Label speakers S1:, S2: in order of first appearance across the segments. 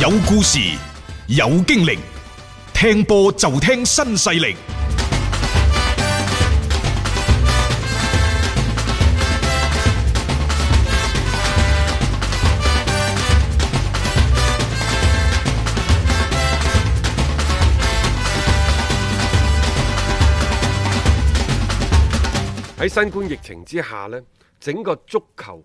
S1: 有故事，有經歷，聽波就聽新勢力。
S2: 喺新冠疫情之下呢，整個足球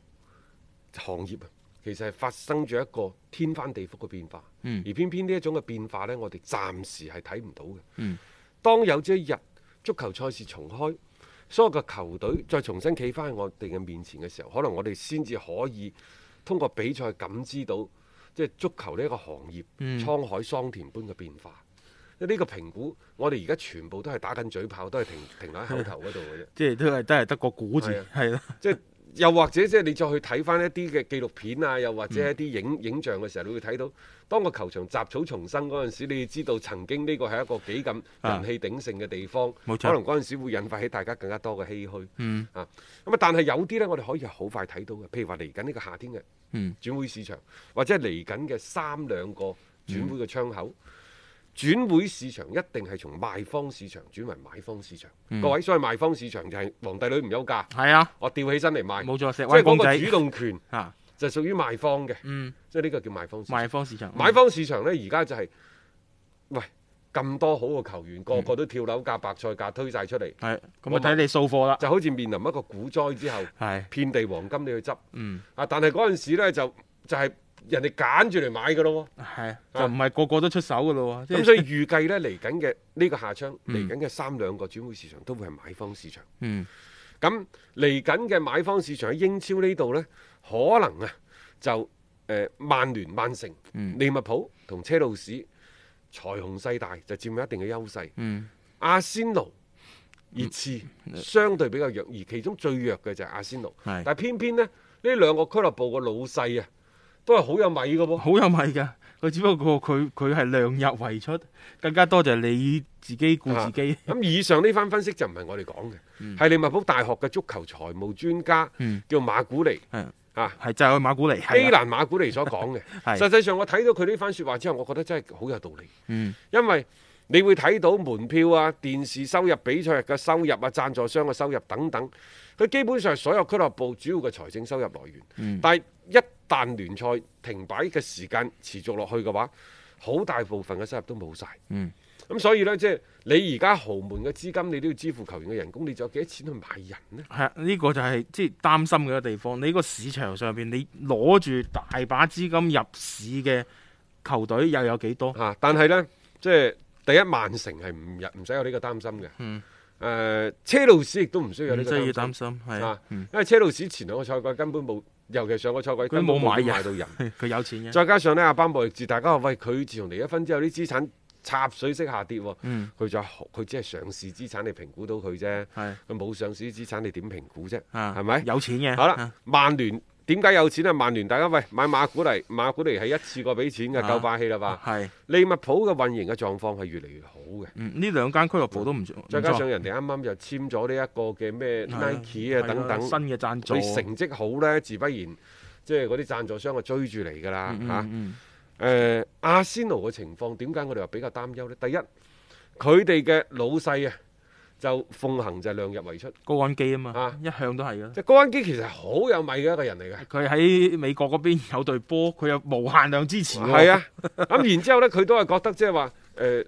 S2: 行業啊，其實係發生咗一個天翻地覆嘅變化。
S3: 嗯
S2: 而偏偏呢一種嘅變化呢，我哋暫時係睇唔到嘅。
S3: 嗯
S2: 當有朝一日足球賽事重開，所有嘅球隊再重新企翻喺我哋嘅面前嘅時候，可能我哋先至可以通過比賽感知到，即係足球呢一個行業
S3: 嗯
S2: 滄海桑田般嘅變化。呢個評估，我哋而家全部都係打緊嘴炮，都係停停喺口頭嗰度嘅啫。
S3: 即係都係都係得個估字
S2: 係啊，
S3: 係啦，
S2: 即係又或者即係你再去睇翻一啲嘅紀錄片啊，又或者一啲影影像嘅時候，你會睇到當個球場雜草叢生嗰陣時，你知道曾經呢個係一個幾咁人氣鼎盛嘅地方，
S3: 啊冇錯
S2: 可能嗰陣時會引發起大家更加多嘅唏噓。
S3: 嗯
S2: 啊，咁啊，但係有啲呢，我哋可以係好快睇到嘅，譬如話嚟緊呢個夏天嘅
S3: 嗯
S2: 轉會市場，或者係嚟緊嘅三兩個轉
S3: 嗯
S2: 會嘅窗口。轉會市場一定係從賣方市場轉為買方市場。
S3: 嗯
S2: 各位，所謂賣方市場就係皇帝女唔憂嫁，
S3: 係啊，
S2: 我吊起身嚟賣。
S3: 冇錯，石
S2: 即係
S3: 灣公
S2: 嗰個
S3: 仔
S2: 主動權
S3: 嚇，
S2: 就屬於賣方嘅，
S3: 嗯，
S2: 即係呢個叫賣方市場。
S3: 賣方市場，
S2: 買方市場呢，而家就係、喂咁多好嘅球
S3: 嗯
S2: 員，個個都跳樓價、白菜價推晒出嚟，
S3: 係咁
S2: 我
S3: 啊，睇你掃貨啦，
S2: 就好似面臨一個股災之後，
S3: 係，
S2: 遍地黃金你去執
S3: 嗯，
S2: 啊！但係嗰陣時呢，就就係、人哋揀住嚟買嘅咯
S3: 係
S2: 啊
S3: 就唔係個個都出手噶咯喎，即
S2: 喎，
S3: 係
S2: 咁所以預計呢，嚟緊嘅呢個夏窗，
S3: 嗯
S2: 嚟緊嘅三兩個轉會市場都會係買方市場。
S3: 嗯
S2: 咁嚟緊嘅買方市場喺英超呢度呢，可能啊就誒、呃曼聯、曼城、
S3: 嗯
S2: 利物浦同車路士財雄勢大，就佔有一定嘅優勢。
S3: 嗯
S2: 阿仙奴、熱刺相對比較弱，而其中最弱嘅就係阿仙奴。
S3: 係
S2: 但係偏偏呢，呢兩個俱樂部嘅老細啊，都係好有米嘅喎。
S3: 好有米㗎，佢只不過佢佢係量入為出，更加多就係你自己
S2: 啊
S3: 顧自己，
S2: 咁以上呢番分析就唔係我哋講嘅，係、利物浦大學嘅足球財務專家、
S3: 嗯
S2: 叫馬古尼
S3: 係
S2: 啊。
S3: 係就係馬古尼，
S2: 基
S3: 係啦，
S2: 蘭馬古尼所講嘅。實
S3: 係，
S2: 際上我睇到佢呢番説話之後，我覺得真係好有道理，
S3: 嗯
S2: 因為你會睇到門票啊、電視收入、比賽日嘅收入啊、贊助商嘅收入等等，佢基本上係所有俱樂部主要嘅財政收入來源。
S3: 嗯
S2: 但係一旦聯賽停擺嘅時間持續落去嘅話，好大部分嘅收入都冇晒。
S3: 嗯
S2: 咁所以呢，即係你而家豪門嘅資金，你都要支付球員嘅人工，你仲有幾多錢去買人呢？
S3: 係啊，呢、個就係即係擔心嘅一個地方。你個市場上邊，你攞住大把資金入市嘅球隊又有幾多？
S2: 嚇、但係呢，即係第一曼城係唔入唔使有呢個擔心嘅。
S3: 嗯
S2: 誒、車路士亦都唔需要有呢
S3: 唔
S2: 個
S3: 需
S2: 擔
S3: 要擔
S2: 心，
S3: 心，係
S2: 啊
S3: 嗯
S2: 因為車路士前兩個賽季根本冇，尤其上個賽季根本
S3: 冇買人
S2: 買到人，
S3: 佢有錢嘅。
S2: 再加上呢，阿巴莫域治，大家話喂佢自從離咗婚之後啲資產插水式下跌喎，
S3: 嗯，
S2: 佢就佢只係上市資產你評估到佢啫，
S3: 係
S2: 佢冇上市資產你點評估啫？
S3: 啊，
S2: 係咪
S3: 有錢嘅？
S2: 好
S3: 啊
S2: 啦，，曼聯點解有錢啊？曼聯大家喂買馬古尼，馬古尼係一次過俾錢嘅，
S3: 啊
S2: 夠霸氣啦吧？
S3: 係
S2: 利物浦嘅運營嘅狀況係越嚟越好嘅。
S3: 嗯呢兩間俱樂部都唔錯，
S2: 再加上
S3: 唔
S2: 人哋啱啱又簽咗呢一個嘅咩
S3: 錯係啊
S2: Nike 啊
S3: 係
S2: 等等，
S3: 新啊嘅贊助，
S2: 佢成績好呢，自不然即係嗰啲贊助商就追住嚟㗎啦
S3: 嗯
S2: 嚇。誒、
S3: 嗯
S2: 阿仙奴嘅情況點解我哋話比較擔憂呢？第一，佢哋嘅老細啊就奉行就係量入為出，
S3: 嗯高安基啊嘛
S2: 啊，
S3: 一向都係嘅。
S2: 即係高安基其實係好有米嘅一個人嚟嘅。
S3: 佢喺美國嗰邊有隊波，佢有無限量支持喎。
S2: 係啊，咁然之後呢，佢都係覺得即係話誒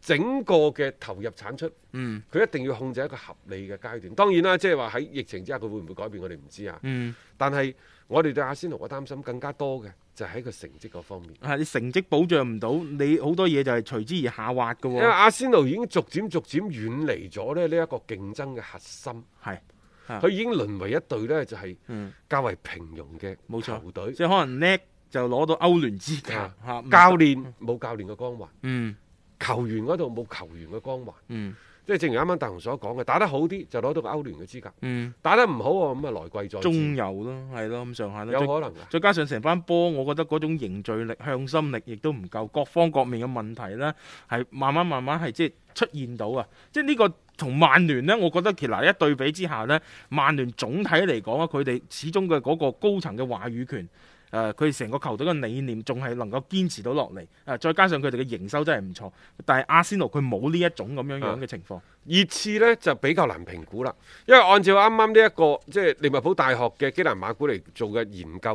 S2: 整個嘅投入產出。
S3: 嗯，
S2: 佢一定要控制一個合理嘅階段。當然啦，即係話喺疫情之下，佢會唔會改變，我哋唔知啊。
S3: 嗯
S2: 但係我哋對阿仙奴嘅擔心更加多嘅就係喺個成績嗰方面，
S3: 係你成績保障唔到，你好多嘢就係隨之而下滑嘅
S2: 因
S3: 喎
S2: 為。阿仙奴已經逐漸逐漸遠離咗咧呢一個競爭嘅核心，
S3: 係，啊
S2: 佢已經淪為一隊呢就係
S3: 嗯，
S2: 較為平庸
S3: 冇
S2: 嘅
S3: 錯
S2: 球隊。
S3: 即係可能叻嗯就攞到歐聯資格
S2: 啊
S3: 嚇，唔
S2: 教練冇教練嘅光環，
S3: 嗯
S2: 球員嗰度冇球員嘅光環。
S3: 嗯
S2: 即係正如啱啱大雄所講嘅，打得好啲就攞到個歐聯嘅資格，
S3: 嗯，
S2: 打得唔好啊咁啊來季再
S3: 中啊
S2: 戰，
S3: 游咯，係咯咁上下
S2: 有可
S3: 咯。
S2: 能啊㗎。
S3: 再加上成班波，我覺得嗰種凝聚力、向心力亦都唔夠，各方各面嘅問題呢，係慢慢慢慢係即係出現到啊！即係呢個同曼聯呢，我覺得其實嗱一對比之下呢，曼聯總體嚟講啊，佢哋始終嘅嗰個高層嘅話語權。誒佢哋成個球隊嘅理念仲係能夠堅持到落嚟，誒、呃再加上佢哋嘅營收真係唔錯，但係阿仙奴佢冇呢一種咁樣樣嘅情況，
S2: 熱刺呢就比較難評估啦，因為按照啱啱呢一個即係利物浦大學嘅基蘭馬古嚟做嘅研究，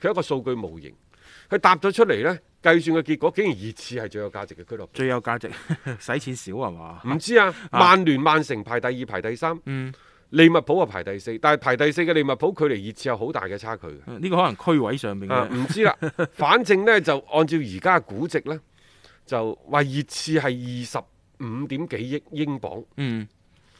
S2: 佢有一個數據模型，佢答咗出嚟呢，計算嘅結果竟然熱刺係最有價值嘅俱樂部。
S3: 最有價值， 使錢少係嘛？
S2: 唔知啊，
S3: 啊
S2: 曼聯、曼城排第二、排第三，
S3: 嗯，
S2: 利物浦啊排第四，但係排第四嘅利物浦距離熱刺有好大嘅差距嘅。
S3: 呢、個可能區位上面
S2: 啊
S3: 嘅，
S2: 唔知啦，反正呢，就按照而家嘅估值呢，就話熱刺係二十五點幾億英鎊。
S3: 嗯，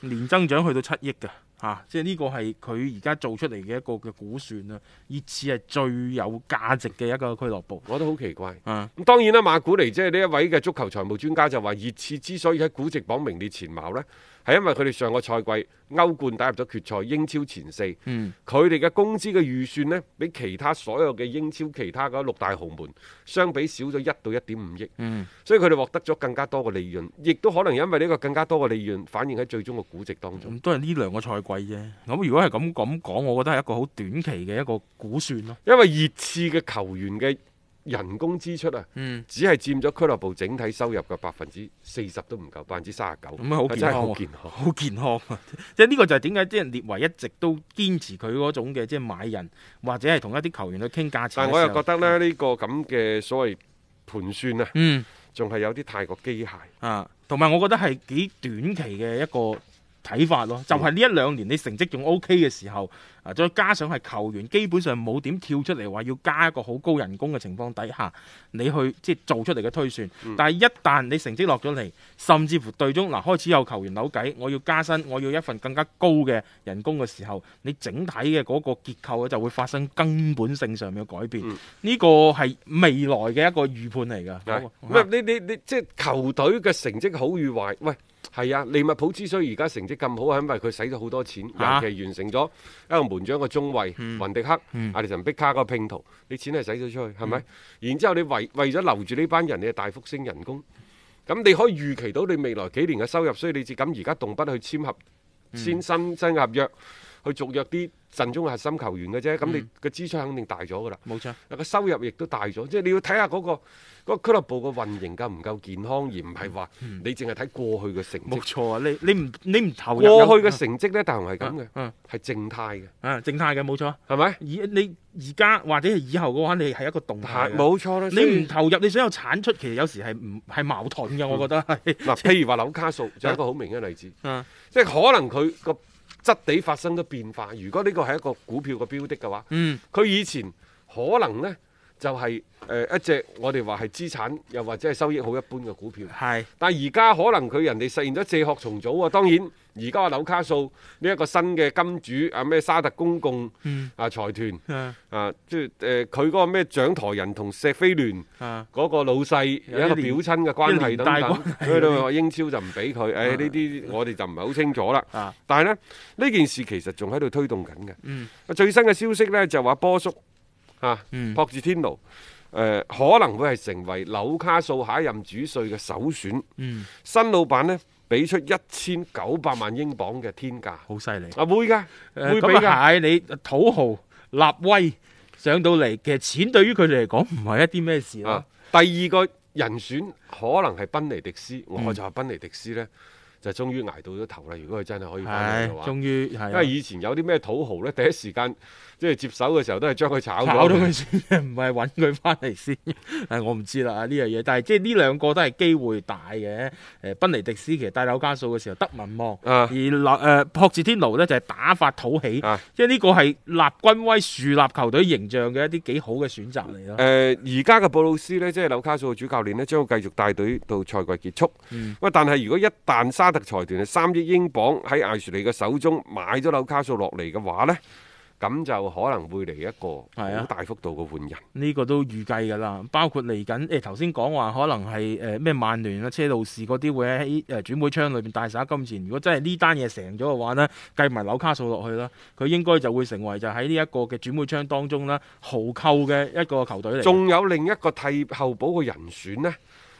S3: 年增長去到七億嘅嚇、啊即係呢個係佢而家做出嚟嘅一個嘅估算啦。熱刺係最有價值嘅一個俱樂部
S2: 我都好奇怪。
S3: 啊，
S2: 咁當然啦，馬古尼即係呢一位嘅足球財務專家就話，熱刺之所以喺估值榜名列前茅呢，係因為佢哋上個賽季歐冠打入咗決賽，英超前四，
S3: 嗯
S2: 佢哋嘅工資嘅預算呢，比其他所有嘅英超其他嗰六大豪門相比少咗一到一點五億，
S3: 嗯
S2: 所以佢哋獲得咗更加多嘅利潤，亦都可能因為呢個更加多嘅利潤反映喺最終嘅估值當中。
S3: 咁都係呢兩個賽季啫。咁如果係咁咁講，我覺得係一個好短期嘅一個估算咯。
S2: 因為熱刺嘅球員嘅人工支出啊，
S3: 嗯，
S2: 只係佔咗俱樂部整體收入嘅百分之四十都唔夠，百分之三十九，
S3: 咁啊好健
S2: 真係
S3: 康
S2: 好
S3: 喎
S2: 健康。
S3: 好健康啊！ 即係呢個就係點解即係列維一直都堅持佢嗰種嘅即係買人或者係同一啲球員去傾價錢嘅時候。
S2: 但我又覺得咧，呢、個咁嘅所謂盤算啊，
S3: 嗯。
S2: 仲係有啲太過機械。
S3: 啊，同埋我覺得係幾短期嘅一個睇法
S2: 嗯
S3: 咯，就係呢一兩年你成績仲 O K 嘅時候，啊，再加上係球員基本上冇點跳出嚟話要加一個好高人工嘅情況底下，你去即係做出嚟嘅推算。
S2: 嗯
S3: 但係一旦你成績落咗嚟，甚至乎隊中嗱、開始有球員扭計，我要加薪，我要一份更加高嘅人工嘅時候，你整體嘅嗰個結構咧就會發生根本性上面嘅改變。
S2: 嗯
S3: 呢個係未來嘅一個預判嚟㗎。
S2: 係
S3: 嗰
S2: 咁
S3: 個
S2: 啊你你你即係球隊嘅成績好與壞，喂係啊！利物浦之所以而家成績咁好，係因為佢使咗好多錢，
S3: 啊
S2: 尤其完成咗一個門將嘅中衞、雲迪克、阿利臣碧卡嗰個拼圖，你錢係使咗出去，係咪？然之後你為為咗留住呢班人，你係大幅升人工，咁你可以預期到你未來幾年嘅收入，所以你至咁而家動筆去簽合先新新嘅合約，去續約啲陣中嘅核心球員嘅啫，咁你嘅支出肯定大咗㗎啦。
S3: 冇錯。
S2: 嗱個收入亦都大咗，即係你要睇下嗰個嗰個俱樂部個運營夠唔夠健康，而唔係話你淨係睇過去嘅成
S3: 嗯冇
S2: 績。
S3: 錯啊！你你唔你唔投入
S2: 過去
S3: 有
S2: 嘅成績呢，大雄係咁嘅，
S3: 嗯
S2: 係靜態嘅，
S3: 啊靜態嘅冇錯，
S2: 係咪？
S3: 以你而家或者係以後嘅話，你係一個動態
S2: 係
S3: 嘅。
S2: 冇錯啦。所
S3: 你
S2: 以
S3: 唔投入，你想有產出，其實有時係唔係矛盾嘅，我
S2: 嗯
S3: 覺得係。
S2: 嗱，譬如話紐卡素就係一個好明顯嘅例子，
S3: 嗯
S2: 即係可能佢個質地發生咗變化。如果呢個係一個股票嘅標的嘅話，
S3: 嗯
S2: 佢以前可能呢就係誒一隻我哋話係資產又或者係收益好一般嘅股票。
S3: 係
S2: 但而家可能佢人哋實現咗借殼重組啊，當然而家阿紐卡素呢一個新嘅金主啊，咩沙特公共
S3: 嗯
S2: 啊財團
S3: 啊
S2: 啊，即係誒佢嗰個咩掌舵人同石飛聯
S3: 啊
S2: 嗰個老細有一個表親嘅關係等
S3: 有啲連
S2: 等
S3: 帶關，係
S2: 所以你話英超就唔俾佢，誒呢啲我哋就唔係好清楚啦。
S3: 啊
S2: 但係呢，呢件事其實仲喺度推動緊嘅。
S3: 嗯
S2: 最新嘅消息呢，就話波叔啊，
S3: 嗯
S2: 博治天奴誒、可能會係成為紐卡素下一任主帥嘅首選。
S3: 嗯，
S2: 新老闆呢，俾出一千九百萬英鎊嘅天價，
S3: 好犀利。
S2: 啊會㗎，會
S3: 誒
S2: 俾
S3: 咁
S2: 㗎。
S3: 啊係你土豪立威上到嚟，其實錢對於佢哋嚟講唔係一啲咩事
S2: 啊
S3: 咯。，
S2: 第二個人選可能係賓尼迪斯，
S3: 嗯
S2: 我就話賓尼迪斯呢，就終於捱到咗頭啦。如果佢真係可以翻
S3: 係
S2: 嚟嘅，話
S3: 終。於
S2: 因為
S3: 係啊
S2: 以前有啲咩土豪呢，第一時間即係接手嘅時候都係將佢炒咗，
S3: 炒到佢先，唔係揾佢翻嚟先。 誒，我唔知啦啊呢樣嘢，但係即係呢兩個都係機會大嘅。誒，賓尼迪斯其實帶紐加素嘅時候得民望，
S2: 啊
S3: 而勒誒朴智天奴呢就係打法討喜，
S2: 啊
S3: 即係呢個係立軍威、樹立球隊形象嘅一啲幾好嘅選擇嚟咯。
S2: 誒而家嘅布魯斯呢，即係紐卡素嘅主教練呢，將會繼續帶隊到賽季結束。
S3: 嗯
S2: 喂，但係如果一旦啊沙特財團係三億英鎊喺艾樹利嘅手中買咗紐卡素落嚟嘅話呢，咁就可能會嚟一個
S3: 係啊
S2: 好大幅度嘅換人。
S3: 呢個都預計㗎啦，包括嚟緊誒頭先講話可能係誒咩曼聯啊、車路士嗰啲會喺誒轉會窗裏邊大灑金錢。如果真係呢單嘢成咗嘅話呢，計埋紐卡素落去啦，佢應該就會成為就喺呢一個嘅轉會窗當中啦，豪購嘅一個球隊嚟。
S2: 仲有另一個替後補嘅人選呢，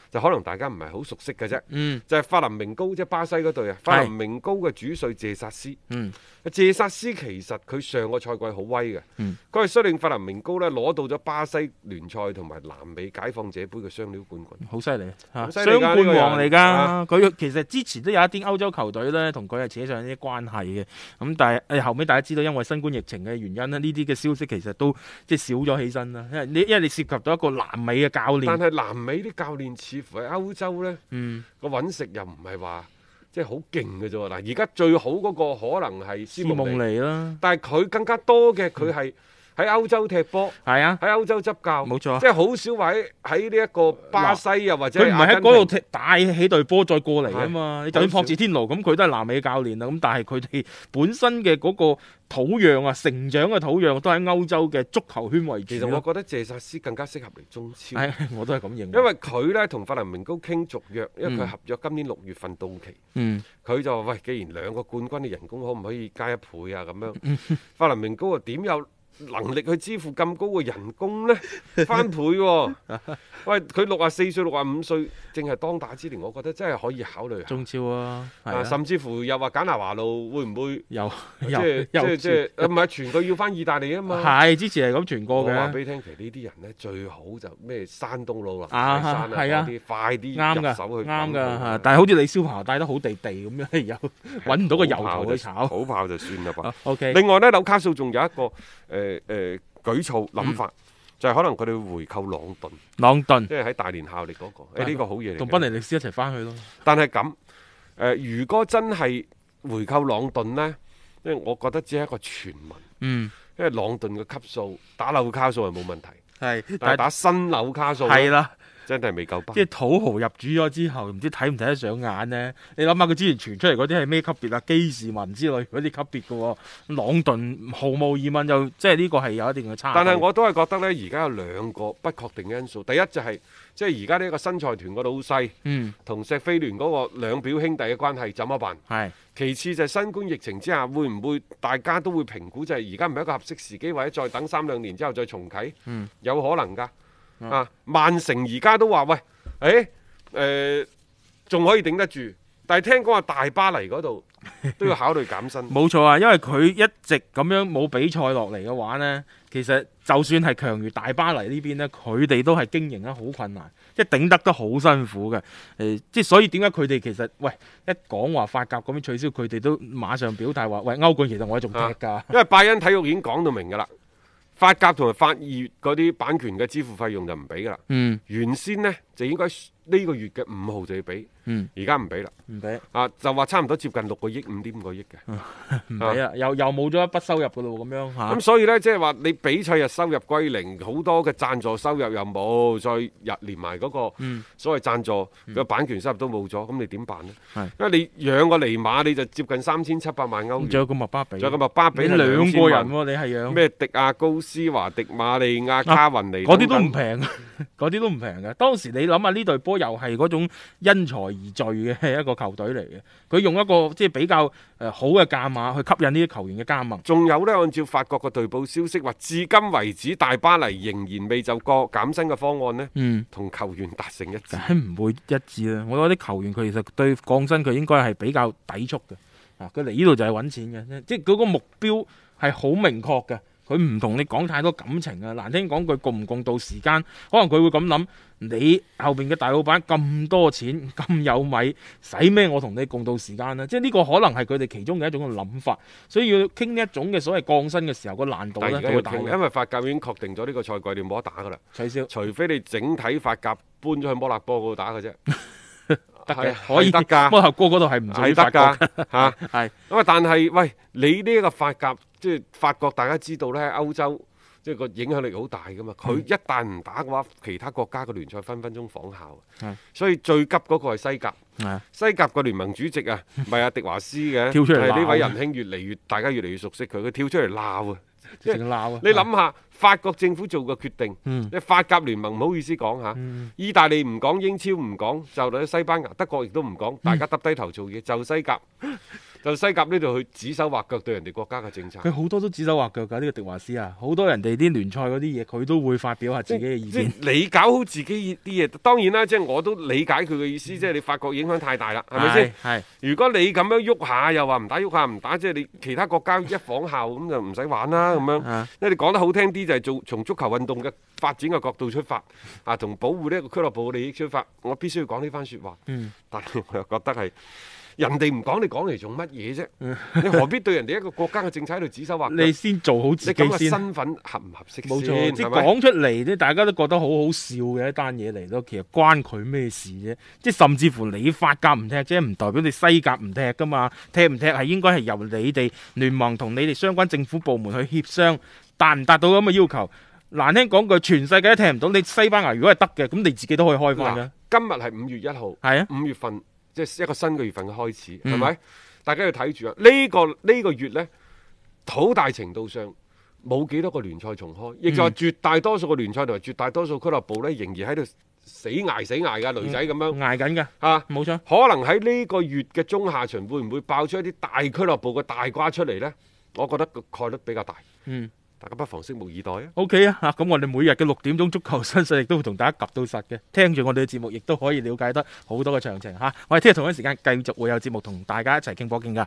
S2: 就可能大家唔係好熟悉嘅啫，
S3: 嗯
S2: 就係、法林明高即係巴西嗰隊啊，法林明高嘅主帥謝薩斯。
S3: 嗯
S2: 謝薩斯其實佢上個賽季好威嘅
S3: 嗯，
S2: 佢係率領法林明高呢攞到咗巴西聯賽同埋南美解放者杯嘅雙料冠軍。
S3: 好犀利嚇，
S2: 好犀
S3: 雙
S2: 利㗎
S3: 冠王嚟
S2: 呢個
S3: 㗎。
S2: 人啊
S3: 佢其實之前都有一啲歐洲球隊呢，同佢係扯上一啲關係嘅。咁但係誒後尾大家知道，因為新冠疫情嘅原因呢，呢啲嘅消息其實都即係少咗起身啦。因為你因為你涉及到一個南美嘅教練
S2: 但。係南美啲教練似乎喺歐洲呢
S3: 嗯，
S2: 個揾食又唔係話即係好勁嘅啫喎。嗱，而家最好嗰個可能係斯
S3: 斯
S2: 蒙尼，
S3: 蒙尼嗯啦，
S2: 但係佢更加多嘅佢係喺歐洲踢波，
S3: 係啊，
S2: 喺歐洲執教，
S3: 冇錯
S2: 即係好少話喺喺呢一個巴西啊或者
S3: 佢唔係喺嗰
S2: 度
S3: 度踢帶起隊波再過嚟啊
S2: 係
S3: 嘛。你就算朴智天奴咁，佢都係南美教練啦。咁但係佢哋本身嘅嗰個土壤啊，成長嘅土壤都喺歐洲嘅足球圈為主
S2: 其實我
S3: 咯。
S2: 覺得謝薩斯更加適合嚟中超，
S3: 係啊我都係咁認為，
S2: 因為佢呢同法林明高傾續約，因為佢
S3: 嗯
S2: 合約今年六月份到期。
S3: 嗯
S2: 佢就話：喂，既然兩個冠軍嘅人工可唔可以加一倍啊？咁
S3: 嗯
S2: 樣，法林明高啊，點有能力去支付咁高嘅人工呢？翻倍 喎、喂，佢六啊四歲、六啊五歲，正係當打之年，我覺得真係可以考慮下。
S3: 中超啊，係
S2: 啊，
S3: 啊，
S2: 甚至乎又話簡拿華路會唔會
S3: 又
S2: 即
S3: 又
S2: 係即
S3: 又
S2: 係即係呃唔係傳佢要翻意大利啊嘛？
S3: 係之前係咁傳
S2: 我
S3: 過
S2: 話
S3: 嘅，
S2: 俾你聽，其實呢啲人呢，最好就咩山東佬
S3: 啊
S2: 啊、山啊
S3: 係啊
S2: 嗰啲，快啲
S3: 啱
S2: 入
S3: 㗎，
S2: 手去
S3: 啱㗎
S2: 揾佢
S3: 嚇但係好似李霄鵬帶得好地地咁樣， 又揾唔到個油
S2: 好
S3: 頭
S2: 就
S3: 去炒。啊
S2: 好炮就算啦吧。
S3: O K，
S2: 另外呢，紐卡素仲有一個誒誒、呃呃、舉措諗法，就係可能佢哋會回購朗頓，
S3: 朗頓
S2: 即係喺大連效力嗰、個。誒
S3: 但係
S2: 呢、個好嘢嚟
S3: 同
S2: 嘅。
S3: 賓尼利斯一齊翻去咯。
S2: 但係咁誒，如果真係回購朗頓呢，因為我覺得只係一個傳聞，
S3: 嗯，
S2: 因為朗頓嘅級數打紐卡素係冇問題，
S3: 係，
S2: 但係
S3: 但係
S2: 打新紐卡素呢
S3: 係啦，
S2: 真係未夠班
S3: 即。係土豪入主咗之後，唔知睇唔睇得上眼呢？你諗下佢之前傳出嚟嗰啲係咩級別啊？基士文之類嗰啲級別嘅喎，朗頓毫無疑問就即係呢個啊係有一定嘅差距。
S2: 但係我都係覺得呢，而家有兩個不確定嘅因素。第一就係、即係而家呢個新財團個老細
S3: 嗯
S2: 同石飛聯嗰個兩表兄弟嘅關係怎麼辦？
S3: 係
S2: 其次就係新冠疫情之下，會唔會大家都會評估就係而家唔係一個合適時機，或者再等三兩年之後再重啟？
S3: 嗯
S2: 有可能㗎。
S3: 嗯
S2: 啊，曼城而家都話喂，誒、誒，仲、可以頂得住，但係聽講話大巴黎嗰度都要考慮減 薪。
S3: 冇錯啊，因為佢一直咁樣冇比賽落嚟嘅話呢，其實就算係強如大巴黎呢邊呢，佢哋都係經營得好困難，即係頂得都好辛苦嘅。誒、即係所以點解佢哋其實喂一講話法甲咁樣取消，佢哋都馬上表態話喂歐冠其實我仲踢㗎。
S2: 因為拜恩體育已經講到明㗎啦，法甲同埋法乙嗰啲版權嘅支付費用就唔俾㗎啦。
S3: 嗯
S2: 原先呢，就應該呢個月嘅五號就要俾，
S3: 嗯，
S2: 而家唔俾啦。
S3: 唔俾。
S2: 啊，就話差唔多接近六個億、五點五個億嘅。
S3: 唔俾啦，又又冇咗一筆收入噶咯，咁樣吓。
S2: 咁所以呢，即係話你比賽日收入歸零，好多嘅贊助收入又冇，再日連埋嗰個
S3: 嗯
S2: 所謂贊助嘅版權收入都冇咗，咁你點辦呢
S3: 係？
S2: 因為你養個尼馬你就接近三千七百萬歐
S3: 嗯咁
S2: 元，
S3: 仲有個麥巴比，
S2: 仲有個麥巴比
S3: 你
S2: 係
S3: 兩
S2: 2000
S3: 個
S2: 萬
S3: 人喎，你係養
S2: 咩迪亞高斯華、迪馬利亞、卡雲尼
S3: 啊嗰啲都
S2: 等等
S3: 唔平， 嗰啲都唔平嘅。當時你諗下呢隊波又係嗰種因財而聚嘅一個球隊嚟嘅，佢用一個即係比較誒好嘅價碼去吸引呢啲球員嘅加盟。
S2: 仲有呢，按照法國嘅隊報消息話，至今為止大巴黎仍然未就個減薪嘅方案呢，
S3: 嗯，
S2: 同球員達成一致
S3: 梗。係唔會一致啦。我覺得啲球員佢其實對降薪佢應該係比較抵觸嘅。啊，佢嚟呢度就係揾錢嘅，即係嗰個目標係好明確嘅。佢唔同你講太多感情啊，難聽講句共唔共度時間，可能佢會咁諗：你後邊嘅大老闆咁多錢， 咁有米，使咩我同你共度時間啊呢？即係呢個可能係佢哋其中嘅一種嘅諗法，所以要傾呢一種嘅所謂降薪嘅時候，個難度
S2: 但係
S3: 咧
S2: 而家
S3: 就
S2: 要
S3: 會大
S2: 傾，啊
S3: 嘅
S2: 因為法甲已經確定咗呢個賽季你冇得打㗎啦。
S3: 取消。
S2: 除非你整體法甲搬咗去摩納哥嗰度打嘅啫，
S3: 得嘅
S2: 係，
S3: 可
S2: 係
S3: 以
S2: 得㗎
S3: 摩納哥嗰度係唔屬
S2: 啊
S3: 於
S2: 係
S3: 法
S2: 得
S3: 國
S2: 㗎嚇。
S3: 嘅，係
S2: 咁啊，但係喂，你呢個法甲即係法國，大家知道咧，歐洲即係個影響力好大㗎嘛。
S3: 嗯
S2: 佢一旦唔打嘅話，其他國家嘅聯賽分分鐘仿效啊
S3: 係。
S2: 所以最急嗰個係西甲，
S3: 係啊
S2: 西甲個聯盟主席 啊，唔係阿迪華斯嘅，
S3: 跳出嚟鬧
S2: 係呢位仁兄越嚟越，大家越嚟越熟悉佢，佢跳出嚟鬧啊！
S3: 直情鬧啊！
S2: 你諗下，法國政府做嘅決定，
S3: 嗯，
S2: 你法甲聯盟唔好意思講嚇，
S3: 嗯
S2: 意大利唔講，英超唔講，就嚟西班牙、德國亦都唔講，
S3: 嗯
S2: 大家耷低頭做嘢，就西甲， 就西甲呢度去指手畫腳對人哋國家嘅政策。
S3: 佢好多都指手畫腳㗎，呢個迪華斯啊，好多人哋啲聯賽嗰啲嘢，佢都會發表下自己嘅意
S2: 即
S3: 見。
S2: 係你搞好自己啲嘢，當然啦，即係我都理解佢嘅意
S3: 嗯
S2: 思，即係你法國影響太大啦，係咪先？
S3: 係？係
S2: 如果你咁樣喐下又話唔打，喐下唔打，即係你其他國家一仿效咁就唔使玩啦咁樣。
S3: 啊
S2: 因為你講得好聽啲就係做從足球運動嘅發展嘅角度出發，啊，同保護呢一個俱樂部嘅利益出發，我必須要講呢番説話。
S3: 嗯
S2: 但係我又覺得係人哋唔講，你講嚟做乜嘢 啫？你何必對人哋一個國家嘅政策喺度指手畫腳？
S3: 你先做好自
S2: 你咁
S3: 己
S2: 嘅
S3: 先。
S2: 身份合唔合適
S3: 冇錯，
S2: 先？
S3: 即係
S2: 係咪
S3: 講出嚟咧，大家都覺得好好笑嘅一單嘢嚟咯。其實關佢咩事啫？即係甚至乎你法甲唔踢啫，唔代表你西甲唔踢噶嘛。踢唔踢係應該係由你哋聯盟同你哋相關政府部門去協商，達唔達到咁嘅要求？難聽講句，全世界都踢唔到。你西班牙如果係得嘅，咁你自己都可以開翻
S2: 嗱
S3: 嘅。，
S2: 今日係五月一號。
S3: 係啊，
S2: 五月份即係一個新嘅月份嘅開始，
S3: 嗯
S2: 係咪、大家要睇住啊！呢、個呢、個月呢，好大程度上冇幾多個聯賽重開，亦就話
S3: 嗯
S2: 絕大多數嘅聯賽同埋絕大多數俱樂部呢，仍然喺度死捱死捱
S3: 嗯
S2: 㗎，女仔咁樣、
S3: 捱緊㗎，
S2: 啊！
S3: 冇錯。
S2: 可能喺呢個月嘅中下旬，會唔會爆出一啲大俱樂部嘅大瓜出嚟呢？我覺得個概率比較大，
S3: 嗯
S2: 大家不妨拭目以待啊！
S3: ，OK 啊，嚇咁我哋每日嘅六點鐘足球新勢力都會同大家及到實嘅，聽住我哋嘅節目亦都可以了解得好多嘅詳情嚇。我哋聽日同一時間繼續會有節目同大家一齊傾波經㗎。